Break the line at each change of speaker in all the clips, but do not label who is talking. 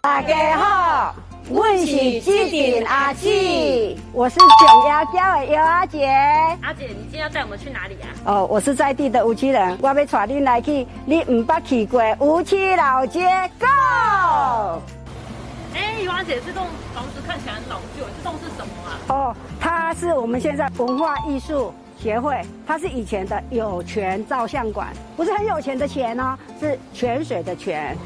大家好，我是志鼎阿姊，
我是九幺幺的幺阿姐。
阿姐，你今天要带我们去哪里呀、啊
哦，我是在地的无锡人，我要带恁来去你唔捌去过无锡老街，Go！
哎、尤阿姐，这栋房子看起来很老旧，这栋是什么啊？
哦，它是我们现在文化艺术协会，它是以前的有泉照相馆，不是很有钱的钱哦，是泉水的泉。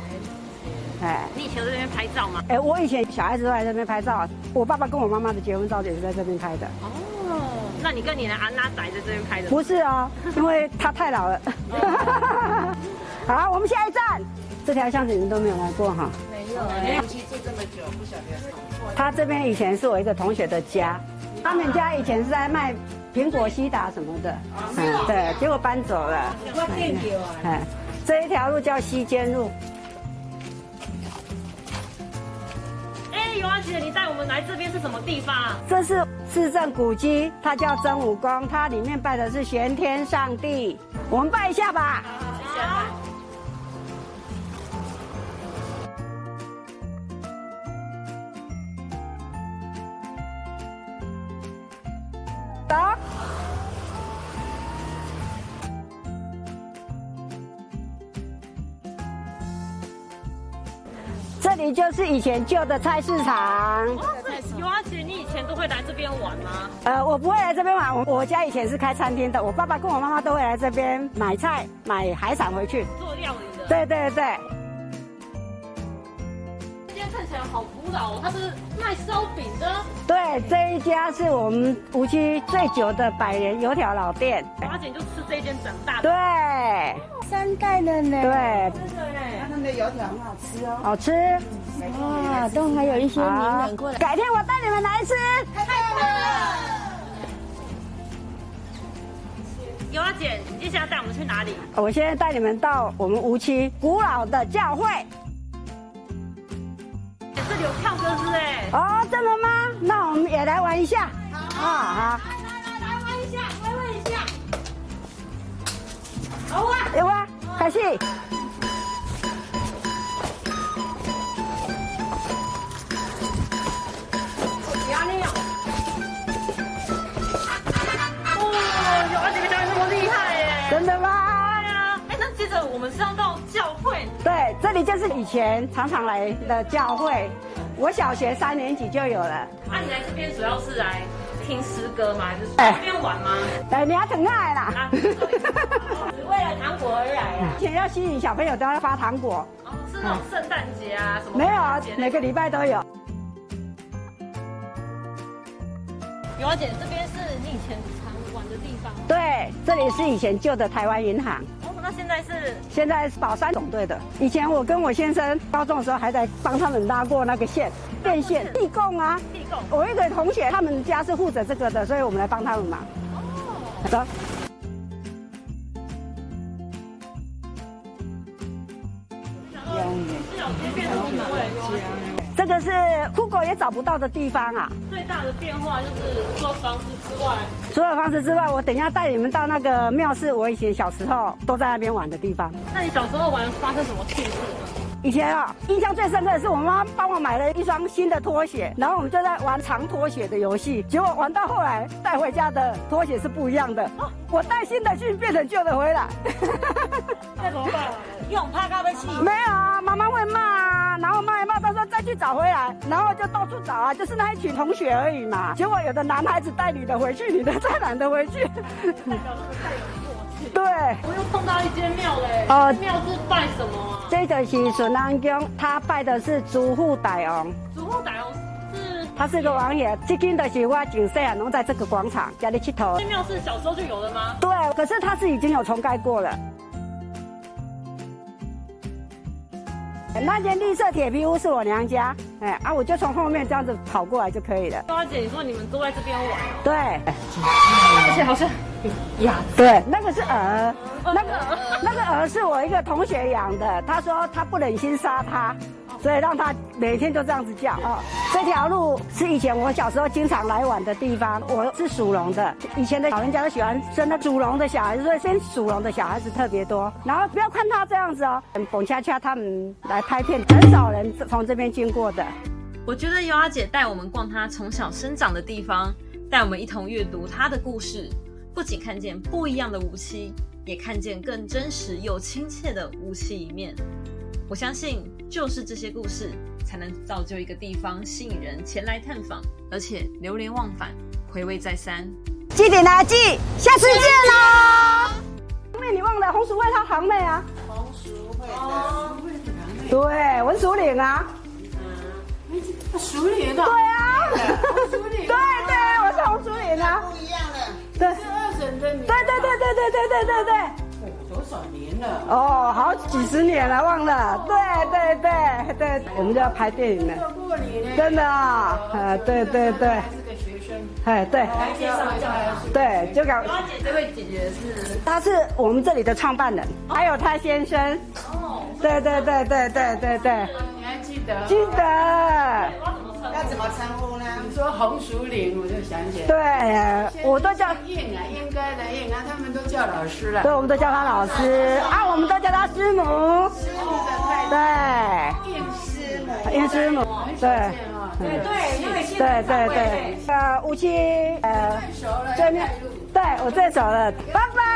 哎
你以前在那边拍照吗？
哎，我以前小孩子都在这边拍照，我爸爸跟我妈妈的结婚照也是在这边拍的。
哦，那你跟你的安娜仔在这边拍的？
不是哦，因为他太老了。 好，我们下一站，这条巷子你们都没有来过哈。
没有哎、
他这边以前是我一个同学的家，他们家以前是在卖苹果西打什么的，嗯，对，结果搬走了。哎，这一条路叫西间路，
哎、尤阿姐，你带我们来这边是什么地方啊？
这是市政古迹，它叫真武宫，它里面拜的是玄天上帝，我们拜一下吧。
哦
走。这里就是以前旧的菜市场。
哦，这也是尤阿姐，你以前都会来这边玩吗？
呃，我不会来这边玩，我我家以前是开餐厅的，我爸爸跟我妈妈都会来这边买菜、买海产回去。
做料理的。，
对对对，
这间看起来好古老哦，它是卖烧饼的。
对这一家是我们无锡最久的百年油条老店。
尤阿姐你就吃这间长大的。
对
三代了呢
对，
真的哎。
他们的油条很好吃哦。
好吃。
哇，都还有一些名人过来。
改天我带你们来吃。
尤阿姐，你接下来带我们去哪里？
我现在带你们到我们无锡古老的教会。
哎这里有跳歌是哎。
哦，真的吗？那我们也来玩一下。好啊，好。来来来，玩一下，来玩一下。好啊，有啊，开始。
哦，尤阿姐表演那么厉害哎。
真的吗
对？啊，哎，那接着我们是要到教会，
对，这里就是以前常常来的教会，我小学三年级就有了。
那你来这边主要是来听诗歌吗？还是
哎
这边玩吗？
哎，你要疼爱啦
啊，！只为了糖果而来啊！
以前要吸引小朋友都要发糖果，
哦，是那种圣诞节啊什么？
没有啊
节，
每个礼拜都有。
尤阿姐，这边是你以前常玩的地方。
对，这里是以前旧的台湾银行。
哦，那现在是
现在是宝山总队的。以前我跟我先生高中的时候还在帮他们拉过那个线，电线、地供啊。
地贡。
我一个同学他们家是负责这个的，所以我们来帮他们忙。
哦，
走。
这两天变成什么味？尤阿姐
这个是酷狗也找不到的地方啊。
最大的变化就是除了房子之外，
除了房子之外，我等一下带你们到那个庙是我以前小时候都在那边玩的地方。
那你小时候玩发生什么趣事呢？
以前啊，印象最深刻的是我妈妈帮我买了一双新的拖鞋，然后我们就在玩长拖鞋的游戏。结果玩到后来带回家的拖鞋是不一样的，哦、我带新的去变成旧的回来。
那怎么办？用怕高的气。
没有啊，妈妈会骂啊，然后骂一骂，她说再去找回来，然后就到处找啊，就是那一群同学而已嘛。结果有的男孩子带女的回去，女的带男的回去。 对，
我又碰到一间庙嘞。
哦
庙是拜什么啊？
这个是孙安公，他拜的是朱户大王。
主后打油是
他是个王爷，这间的是我景色啊，拢在这个广场家里佚佗
这。庙是小时候就有的吗？
对，可是他是已经有重盖过了。那间绿色铁皮屋是我娘家，哎啊，我就从后面这样子跑过来就可以了。
高姐，你说你们都在这边玩，
对，
而且好像
对，那个是鹅，那
那个
个那个鹅是我一个同学养的，他说他不忍心杀它，
哦
所以让它每天就这样子叫啊。这条路是以前我小时候经常来往的地方，我是属龙的，以前的老人家都喜欢生的属龙的小孩子，所以生属龙的小孩子特别多。然后不要看他这样子哦，冯恰恰他们来拍片，很少人从这边经过的。
我觉得尤阿姐带我们逛她从小生长的地方，带我们一同阅读她的故事，不仅看见不一样的无锡，也看见更真实又亲切的无锡一面。我相信，就是这些故事，才能造就一个地方吸引人前来探访，而且流连忘返，回味再三。
记点啊记，下次见喽。
因为你忘了红薯会他堂妹啊，
红薯会的，
对，文薯岭啊，
熟女的
对，啊，
熟女
对对，我是红薯岭啊，
不一样的，
对
是二婶的女，
对对对对对对对对对。
我多少年了？
哦，好几十年了，忘了。对对对对，我们就要拍电影了，
做过哦你呢，
真的啊、呃，对对对，
还是个学生，
哎对，
介绍一下，
对，就搞，
尤阿姐这位姐姐是
他是我们这里的创办人，还有他先生。
哦，
对对对对对对对，
你还记得？
记得。
我要怎么称
要
呼？
怎么称呼呢？你说红薯岭，我就想起来。
对，我都叫，
应啊，应该的应啊，他们都叫老师了。
对，我们都叫他老师啊，我们都叫他师母。
师傅的太
对，
应师母，
因师母。对
见哦，对
对，因为现在
对对对，呃，无锡呃。
太熟了，
对
要
面
带路。
对我最熟了，拜拜。